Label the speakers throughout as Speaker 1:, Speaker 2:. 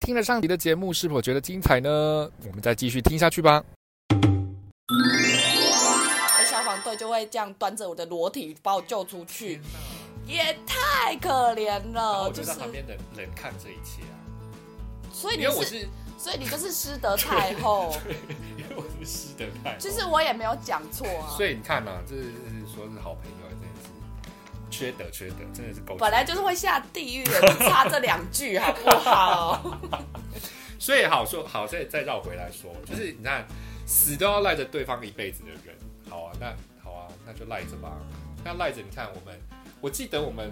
Speaker 1: 听了上集的节目，是否觉得精彩呢？我们再继续听下去吧。
Speaker 2: 消防队就会这样端着我的裸体把我救出去，也太可怜了。
Speaker 3: 我
Speaker 2: 就
Speaker 3: 呃就是在，旁边冷冷看这一切啊，
Speaker 2: 所以你
Speaker 3: 因为我
Speaker 2: 是，
Speaker 3: 是，
Speaker 2: 所以你就是失德太后。
Speaker 3: 因为我是师德派，
Speaker 2: 其实我也没有讲错啊，
Speaker 3: 所以你看嘛，这是说是好朋友，真的是缺德缺德，真的是狗。
Speaker 2: 本来就是会下地狱的，就差这两句好不好？
Speaker 3: 所以好说好，再再绕回来说，就是
Speaker 2: 嗯
Speaker 3: 你看，死都要赖着对方一辈子的人，好啊，那好啊，那就赖着吧。那赖着，你看我们，我记得我们，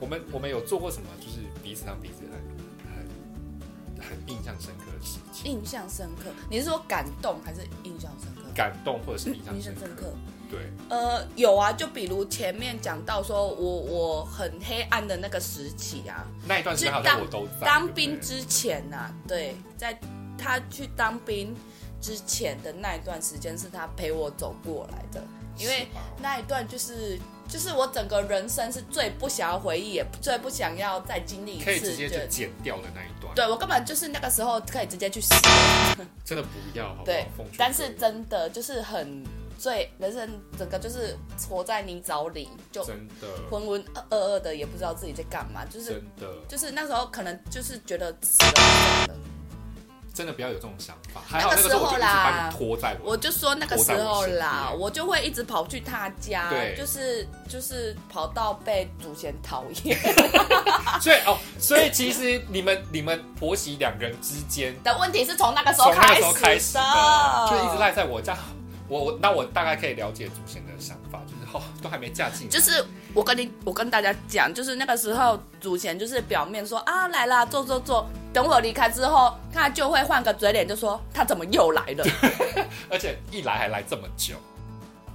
Speaker 3: 我们我们有做过什么，就是彼此让彼此很很很印象深刻的事情，
Speaker 2: 印象深刻，你是说感动还是印象深刻？
Speaker 3: 感动或者是印象
Speaker 2: 嗯印
Speaker 3: 深
Speaker 2: 象
Speaker 3: 刻
Speaker 2: 深，刻。
Speaker 3: 对，
Speaker 2: 呃，有啊，就比如前面讲到说我我很黑暗的那个时期啊，
Speaker 3: 那一段时
Speaker 2: 是
Speaker 3: 间好像我
Speaker 2: 当
Speaker 3: 都在
Speaker 2: 当兵
Speaker 3: 之
Speaker 2: 之前呐、对，在他去当兵之前的那一段时间是他陪我走过来的，因为那一段就是就是我整个人生是最不想要回忆，也最不想要再经历一
Speaker 3: 可以直
Speaker 2: 次，
Speaker 3: 接
Speaker 2: 觉
Speaker 3: 就
Speaker 2: 得
Speaker 3: 剪掉的那一段，
Speaker 2: 对我根本就是那个时候可以直接去死，
Speaker 3: 真的不要好不好
Speaker 2: 对？
Speaker 3: 哦奉劝
Speaker 2: 但是
Speaker 3: 各位
Speaker 2: 真的就是很最人生整个就是活在泥沼里，就
Speaker 3: 真的
Speaker 2: 浑浑噩噩的，也不知道自己在干嘛，就是
Speaker 3: 真的
Speaker 2: 就是那时候可能就是觉得死了算了。
Speaker 3: 真的不要有这种想法，还好
Speaker 2: 那
Speaker 3: 那
Speaker 2: 个
Speaker 3: 个时候我就
Speaker 2: 时候
Speaker 3: 一直把
Speaker 2: 啦
Speaker 3: 你拖在我
Speaker 2: 我就说那个时候
Speaker 3: 我在我身，
Speaker 2: 啦
Speaker 3: 边
Speaker 2: 我就会一直跑去他家
Speaker 3: 对，
Speaker 2: 就是就是跑到被祖先讨厌
Speaker 3: 所以哦，所以其实你们你们婆媳两人之间，
Speaker 2: 的问题是 从那个时候
Speaker 3: 从那
Speaker 2: 开
Speaker 3: 个时候开
Speaker 2: 始
Speaker 3: 始的，就一直赖在我家。我我那我大概可以了解祖先的想法，就是哦，都还没嫁进来，
Speaker 2: 就是我跟你，我跟大家讲，就是那个时候祖先就是表面说啊来啦，坐坐坐，等我离开之后，他就会换个嘴脸，就说他怎么又来 了？
Speaker 3: 而且一来还来这么久。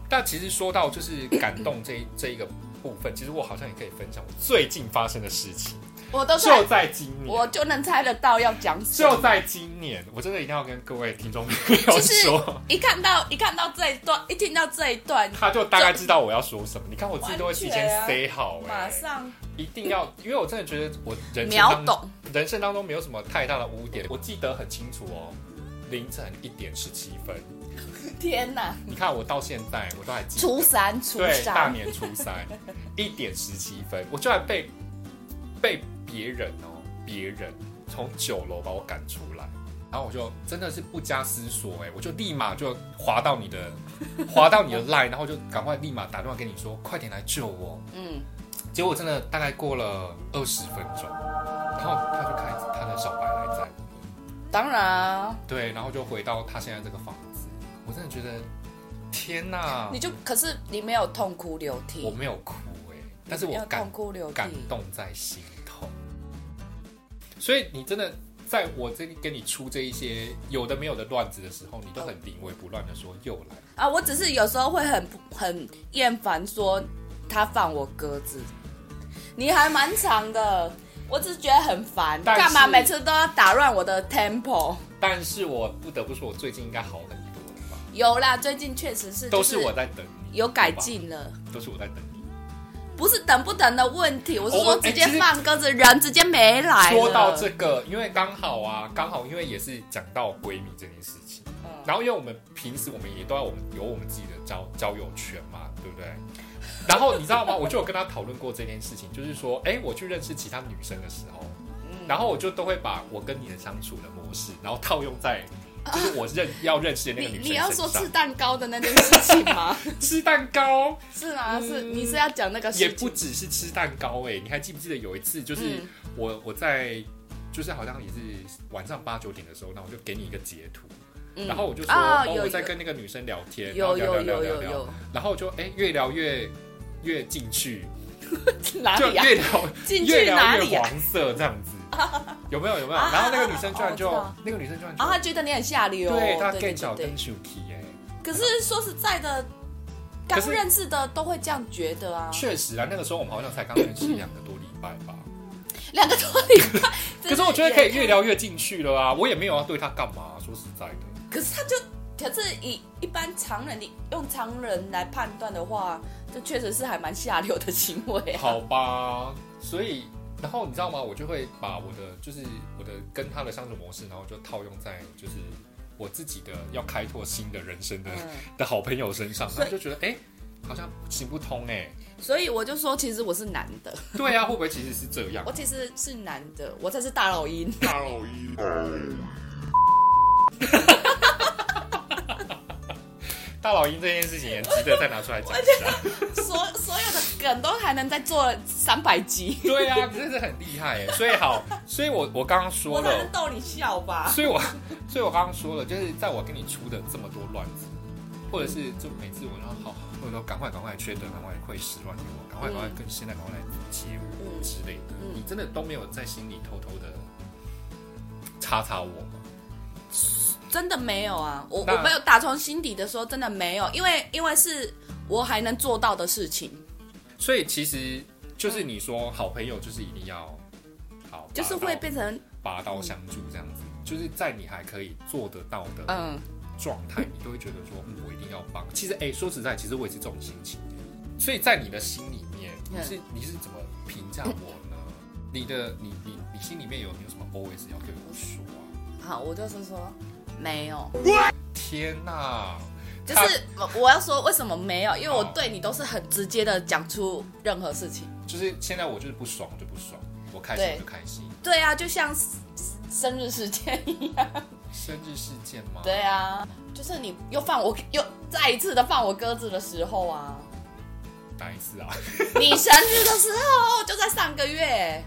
Speaker 3: 但其实说到就是感动这一这一个部分，其实我好像也可以分享我最近发生的事情，
Speaker 2: 我都是
Speaker 3: 就在今
Speaker 2: 我
Speaker 3: 年，
Speaker 2: 就能猜得到要讲什
Speaker 3: 就
Speaker 2: 么。
Speaker 3: 在今年，我真的一定要跟各位听众朋友
Speaker 2: 就是
Speaker 3: 说。
Speaker 2: 一看到一看到这一段，一听到这一段，
Speaker 3: 他就大概知道我要说什么。你看我自己都会提前
Speaker 2: 完全啊
Speaker 3: say 好、欸，
Speaker 2: 马上
Speaker 3: 一定要，因为我真的觉得我人生
Speaker 2: 秒
Speaker 3: 当
Speaker 2: 懂。
Speaker 3: 人生当中没有什么太大的污点，我记得很清楚哦。凌晨一点十七分，
Speaker 2: 天哪！
Speaker 3: 你看我到现在我都还记
Speaker 2: 初
Speaker 3: 得，
Speaker 2: 三，初
Speaker 3: 对，大
Speaker 2: 三，
Speaker 3: 年初三一点十七分，我居然被被别人哦，别人从九楼把我赶出来，然后我就真的是不加思索哎、我就立马就滑到你的 滑到你的 line，然后就赶快立马打电话给你说，快点来救我。
Speaker 2: 嗯，
Speaker 3: 结果真的大概过了二十分钟，然后他就开他的小白来在，
Speaker 2: 当然啊，
Speaker 3: 对，然后就回到他现在这个房子。我真的觉得，天哪
Speaker 2: 你！就可是你没有痛哭流涕，
Speaker 3: 我没有哭哎、但是
Speaker 2: 你没
Speaker 3: 我
Speaker 2: 有
Speaker 3: 感
Speaker 2: 痛哭流涕
Speaker 3: 感，动在心头。所以你真的在我这里跟你出这一些有的没有的乱子的时候，你都很临危不乱的说又来，
Speaker 2: 啊！我只是有时候会很很厌烦，说他放我鸽子，你还蛮长的，我只是觉得很烦，
Speaker 3: 但是
Speaker 2: 干嘛每次都要打乱我的 tempo？
Speaker 3: 但是我不得不说，我最近应该好很多了吧？
Speaker 2: 有啦，最近确实是
Speaker 3: 都
Speaker 2: 就是
Speaker 3: 我在等你，
Speaker 2: 有改
Speaker 3: 对吧，
Speaker 2: 进了。
Speaker 3: 都是我在等你。
Speaker 2: 不是等不等的问题，我是
Speaker 3: 我
Speaker 2: 说
Speaker 3: 哎
Speaker 2: 直接
Speaker 3: 其实
Speaker 2: 放鸽子，人直接没来了。
Speaker 3: 说到这个，因为刚好啊，刚好因为也是讲到闺蜜这件事情，
Speaker 2: 嗯，
Speaker 3: 然后因为我们平时我们也都要我们有我们自己的交交友圈嘛，对不对？然后你知道吗？我就有跟她讨论过这件事情，就是说，哎，我去认识其他女生的时候，
Speaker 2: 嗯
Speaker 3: 然后我就都会把我跟你的相处的模式，然后套用 在就是我认要认识的那
Speaker 2: 你
Speaker 3: 个女
Speaker 2: 你
Speaker 3: 生
Speaker 2: 要
Speaker 3: 身
Speaker 2: 说吃
Speaker 3: 上。
Speaker 2: 蛋糕的那件事情吗？
Speaker 3: 吃蛋糕
Speaker 2: 是吗？
Speaker 3: 嗯
Speaker 2: 是你是要讲那个事
Speaker 3: 也
Speaker 2: 情？
Speaker 3: 不只是吃蛋糕哎、你还记不记得有一次就是？
Speaker 2: 嗯
Speaker 3: 我我在就是好像也是晚上八九点的时候，然后我就给你一个截图，
Speaker 2: 嗯
Speaker 3: 然后我就说、哦
Speaker 2: 啊有
Speaker 3: 我在
Speaker 2: 有
Speaker 3: 跟那个女生聊天，然后
Speaker 2: 有
Speaker 3: 聊
Speaker 2: 有
Speaker 3: 聊
Speaker 2: 有
Speaker 3: 聊聊
Speaker 2: 有
Speaker 3: 聊，
Speaker 2: 有
Speaker 3: 然后就哎、越聊越越进去，
Speaker 2: 哪
Speaker 3: 就
Speaker 2: 里啊？
Speaker 3: 越聊、
Speaker 2: 进
Speaker 3: 越
Speaker 2: 去哪
Speaker 3: 聊
Speaker 2: 里
Speaker 3: 越
Speaker 2: 啊？
Speaker 3: 黄色这样 子，有没有有没有？
Speaker 2: 啊
Speaker 3: 然后那个女生居然就、
Speaker 2: 啊啊啊
Speaker 3: 那个女生居然就、
Speaker 2: 然后他觉得你很下流，哦
Speaker 3: 对她
Speaker 2: 对
Speaker 3: 更小
Speaker 2: 对
Speaker 3: 跟 Shuki 哎、
Speaker 2: 可是说实在的，刚
Speaker 3: 可是
Speaker 2: 认识的都会这样觉得啊。
Speaker 3: 确实啊，那个时候我们好像才刚认识两个多礼拜 吧。
Speaker 2: 两个多礼拜，
Speaker 3: 可是我觉得可以越聊越进去了啊，我也没有要对她干嘛、说实在的。
Speaker 2: 可是他就，可是以一般常人，你用常人来判断的话，这确实是还蛮下流的行为啊。
Speaker 3: 好吧，所以然后你知道吗？我就会把我的就是我的跟他的相处模式，然后就套用在就是我自己的要开拓新的人生的、
Speaker 2: 嗯，
Speaker 3: 的好朋友身上，
Speaker 2: 所以
Speaker 3: 然后就觉得哎、诶好像行不通哎、
Speaker 2: 所以我就说，其实我是男的，
Speaker 3: 对啊，会不会其实是这样
Speaker 2: 我？其实是男的，我才是大老鹰。
Speaker 3: 大老一，大老鹰这件事情也值得再拿出来讲一下。
Speaker 2: 所所有的梗都还能再做三百集，
Speaker 3: 对啊，你真的很厉害哎。所以好，所以我我刚刚说
Speaker 2: 我才
Speaker 3: 了
Speaker 2: 能，逗你笑吧？
Speaker 3: 所以我 所以我刚刚说了，就是在我跟你出的这么多乱子，或者是就每次我然后好，或者说赶快赶快缺德，赶快会始乱给我，赶快赶快跟现在赶快来接我
Speaker 2: 嗯
Speaker 3: 之类的，
Speaker 2: 嗯
Speaker 3: 你真的都没有在心里偷偷的插插我吗？
Speaker 2: 真的没有啊，我
Speaker 3: 那
Speaker 2: 我没有打从心底的说真的没有，因为因为是我还能做到的事情，
Speaker 3: 所以其实就是你说好朋友就是一定要好，
Speaker 2: 嗯就是
Speaker 3: 拔
Speaker 2: 会
Speaker 3: 刀
Speaker 2: 变成
Speaker 3: 拔刀相助这样子，就是在你还可以做得到的
Speaker 2: 嗯，
Speaker 3: 状态，你都会觉得说，嗯，我一定要帮。其实，哎、说实在，其实我也是这种心情。所以在你的心里面，
Speaker 2: 嗯
Speaker 3: 你是你是怎么评价我 呢？你的你你你心里面有有什么 OS 要对我说啊？
Speaker 2: 好，我就是说没有，
Speaker 3: 天哪、
Speaker 2: 就是我我要说为什么没有，因为我对你都是很直接的讲出任何事情。
Speaker 3: 就是现在我就是不爽就不爽，我开心
Speaker 2: 对
Speaker 3: 就开心。
Speaker 2: 对啊，就像 s- s- 生日事件 一样。
Speaker 3: 生日事件吗？
Speaker 2: 对啊，就是你又放我又再一次的放我鸽子的时候啊，
Speaker 3: 哪一次啊？
Speaker 2: 你生日的时候就在上个月，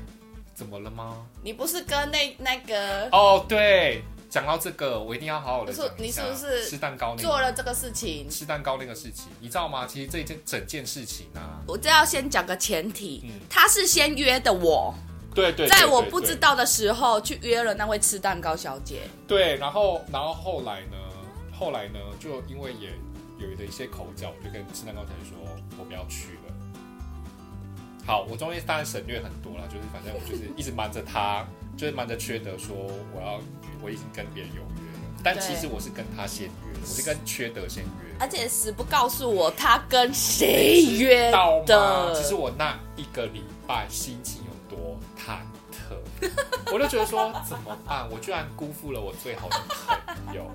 Speaker 3: 怎么了吗？
Speaker 2: 你不是跟那那个
Speaker 3: 哦，对，讲到这个，我一定要好好的讲一下
Speaker 2: 你是你是不是
Speaker 3: 吃蛋糕那
Speaker 2: 做
Speaker 3: 个
Speaker 2: 了这个事情？
Speaker 3: 吃蛋糕那个事情？你知道吗？其实这一件整件事情啊，
Speaker 2: 我这要先讲个前提
Speaker 3: 嗯，
Speaker 2: 他是先约的我，
Speaker 3: 对对
Speaker 2: 在我不知道的时候去约了那位吃蛋糕小姐。
Speaker 3: 对，然后然后后来呢？后来呢？就因为也有的一些口角，我就跟吃蛋糕小姐说，我不要去了。好，我中间当然省略很多啦，就是反正我就是一直瞒着 他，就是瞒着缺德说我要我已经跟别人有约了，但
Speaker 2: 对
Speaker 3: 其实我是跟他先约的，我是跟缺德先约的。
Speaker 2: 而且死不告诉我他跟谁哎约
Speaker 3: 到吗？
Speaker 2: 的。
Speaker 3: 其实我那一个礼拜心情有多忐忑，我就觉得说怎么办？我居然辜负了我最好的朋友。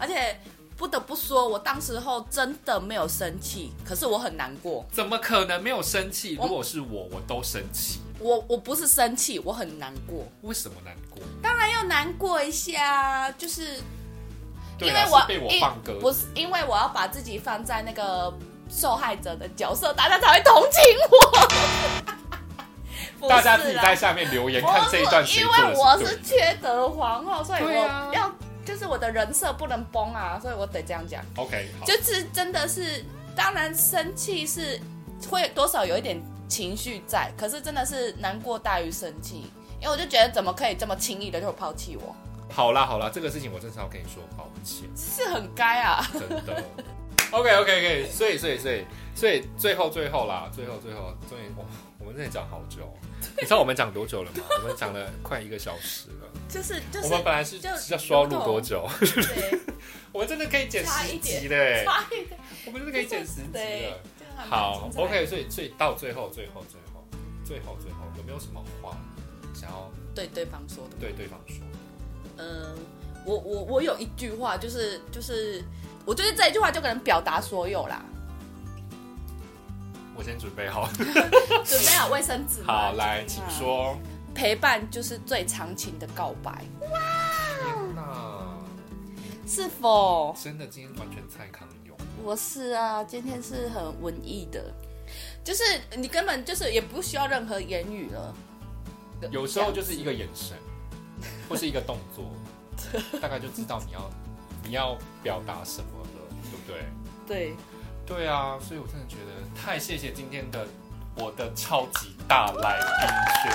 Speaker 2: 而且不得不说，我当时候真的没有生气，可是我很难过。
Speaker 3: 怎么可能没有生气？
Speaker 2: 我
Speaker 3: 如果是我，我都生气。
Speaker 2: 我我不是生气，我很难过。
Speaker 3: 为什么难过？
Speaker 2: 还要难过一下，啊就是
Speaker 3: 对
Speaker 2: 因
Speaker 3: 啊
Speaker 2: 为我
Speaker 3: 是被我放歌
Speaker 2: 因，不是因为我要把自己放在那个受害者的角色，大家才会同情 我。
Speaker 3: 大家自己
Speaker 2: 不是啦
Speaker 3: 在下面留言
Speaker 2: 不
Speaker 3: 看
Speaker 2: 是
Speaker 3: 这一段谁
Speaker 2: 因
Speaker 3: 做
Speaker 2: 为我
Speaker 3: 的对
Speaker 2: 是
Speaker 3: 的。
Speaker 2: 缺德皇后，所以
Speaker 3: 对啊
Speaker 2: 我要、就是我的人设不能崩啊，所以我得这样讲。
Speaker 3: OK，好，
Speaker 2: 就是真的是，当然生气是会多少有一点情绪在，可是真的是难过大于生气，因为我就觉得怎么可以这么轻易的就抛弃我，
Speaker 3: 好啦好啦，这个事情我真是要跟你说抱歉。
Speaker 2: 是很该啊。
Speaker 3: 真的。OK OK OK，所以所以所以所以最后最后啦，最后最后终于哇，我们真的讲好久哦，你知道我们讲多久 了吗？我们讲了快一个小时了。
Speaker 2: 就是就
Speaker 3: 我
Speaker 2: 是
Speaker 3: 们本来是
Speaker 2: 就是
Speaker 3: 要说要录多久，
Speaker 2: 对，
Speaker 3: 我们真的可以剪
Speaker 2: 差
Speaker 3: 十
Speaker 2: 一
Speaker 3: 集
Speaker 2: 点
Speaker 3: 的 欸，
Speaker 2: 差一点，
Speaker 3: 我们真的可以剪十集
Speaker 2: 对
Speaker 3: 了。，
Speaker 2: 这样还蛮
Speaker 3: 好
Speaker 2: 精彩的
Speaker 3: ，OK，所以所以到最后最后最后最后最后有没有什么话想要
Speaker 2: 对对方说的，
Speaker 3: 对对方说？
Speaker 2: 嗯，我我我有一句话就是就是，我觉得这一句话就可能表达所 有啦，
Speaker 3: 我先准备好，
Speaker 2: 准备好卫生纸吗，
Speaker 3: 好来，
Speaker 2: 就是
Speaker 3: 请
Speaker 2: 那样
Speaker 3: 说。
Speaker 2: 陪伴就是最长情的告白，
Speaker 3: 天哪，
Speaker 2: 是否？
Speaker 3: 真的今天完全蔡康永。
Speaker 2: 我是啊，今天是很文艺的，就是你根本就是也不需要任何言语了。
Speaker 3: 有时候就是一个眼神，或是一个动 作，大概就知道你要你要表达什么了，对不对？
Speaker 2: 对，
Speaker 3: 对啊，所以我真的觉得太谢谢今天的我的超级大来宾薛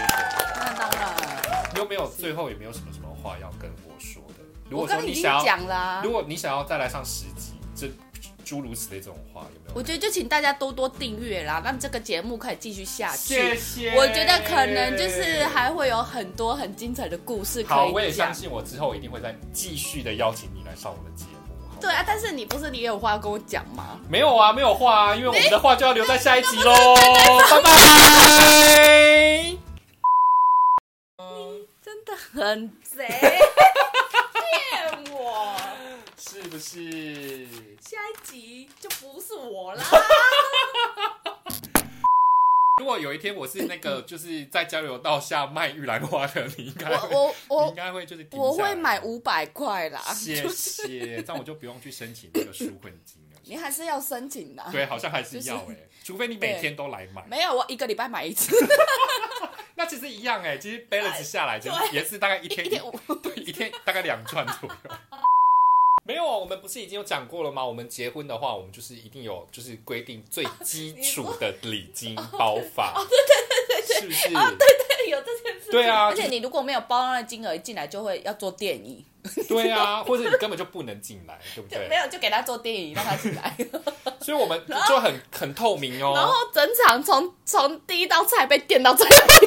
Speaker 2: 那当然，
Speaker 3: 德，你有没有最后有没有什么什么话要跟我说的？如
Speaker 2: 我
Speaker 3: 果说
Speaker 2: 刚刚
Speaker 3: 你
Speaker 2: 已经
Speaker 3: 想要，
Speaker 2: 讲啦、啊
Speaker 3: 如果你想要再来上十集，这诸如此类这种话有没有？
Speaker 2: 我觉得就请大家多多订阅啦，让这个节目可以继续下去。
Speaker 3: 谢谢，
Speaker 2: 我觉得可能就是还会有很多很精彩的故事
Speaker 3: 好，
Speaker 2: 可
Speaker 3: 我也
Speaker 2: 以
Speaker 3: 相
Speaker 2: 讲。
Speaker 3: 信我之后一定会再继续的邀请你来上我的节目。好吗
Speaker 2: 对啊，但是你不是你也有话要跟我讲吗？
Speaker 3: 没有啊，没有话啊，因为我们的话就要留在下一集喽，拜拜。
Speaker 2: 的很贼，骗我！
Speaker 3: 是不是？
Speaker 2: 下一集就不是我啦。
Speaker 3: 如果有一天我是那个就是在交流道下卖玉兰花的，你应该会
Speaker 2: 我我
Speaker 3: 你
Speaker 2: 我
Speaker 3: 应该会就是停下来
Speaker 2: 我会买啊五百块啦，
Speaker 3: 谢谢，这样我就不用去申请那个纾困金了。
Speaker 2: 你还是要申请的啊。
Speaker 3: 对，好像还是要哎、
Speaker 2: 就
Speaker 3: 除非你每天都来买，
Speaker 2: 没有，我一个礼拜买一次，
Speaker 3: 那其实一样哎、其实 balance 下来，其实也是大概一天
Speaker 2: 一点五。
Speaker 3: 对， 一天大概两串左右。没有啊，我们不是已经有讲过了吗？我们结婚的话，我们就是一定有就是规定最基础的礼金包 法，哦对对对对，是不是？
Speaker 2: 有这件事。
Speaker 3: 对啊
Speaker 2: 而且你如果没有包那个金额，一进来就会要做电椅，
Speaker 3: 对啊，或者你根本就不能进来，对不
Speaker 2: 就没
Speaker 3: 对？
Speaker 2: 有就给他做电椅，让他进来。
Speaker 3: 所以我们就很很透明
Speaker 2: 然后
Speaker 3: 哦。
Speaker 2: 整场从从第一道菜被电到最后一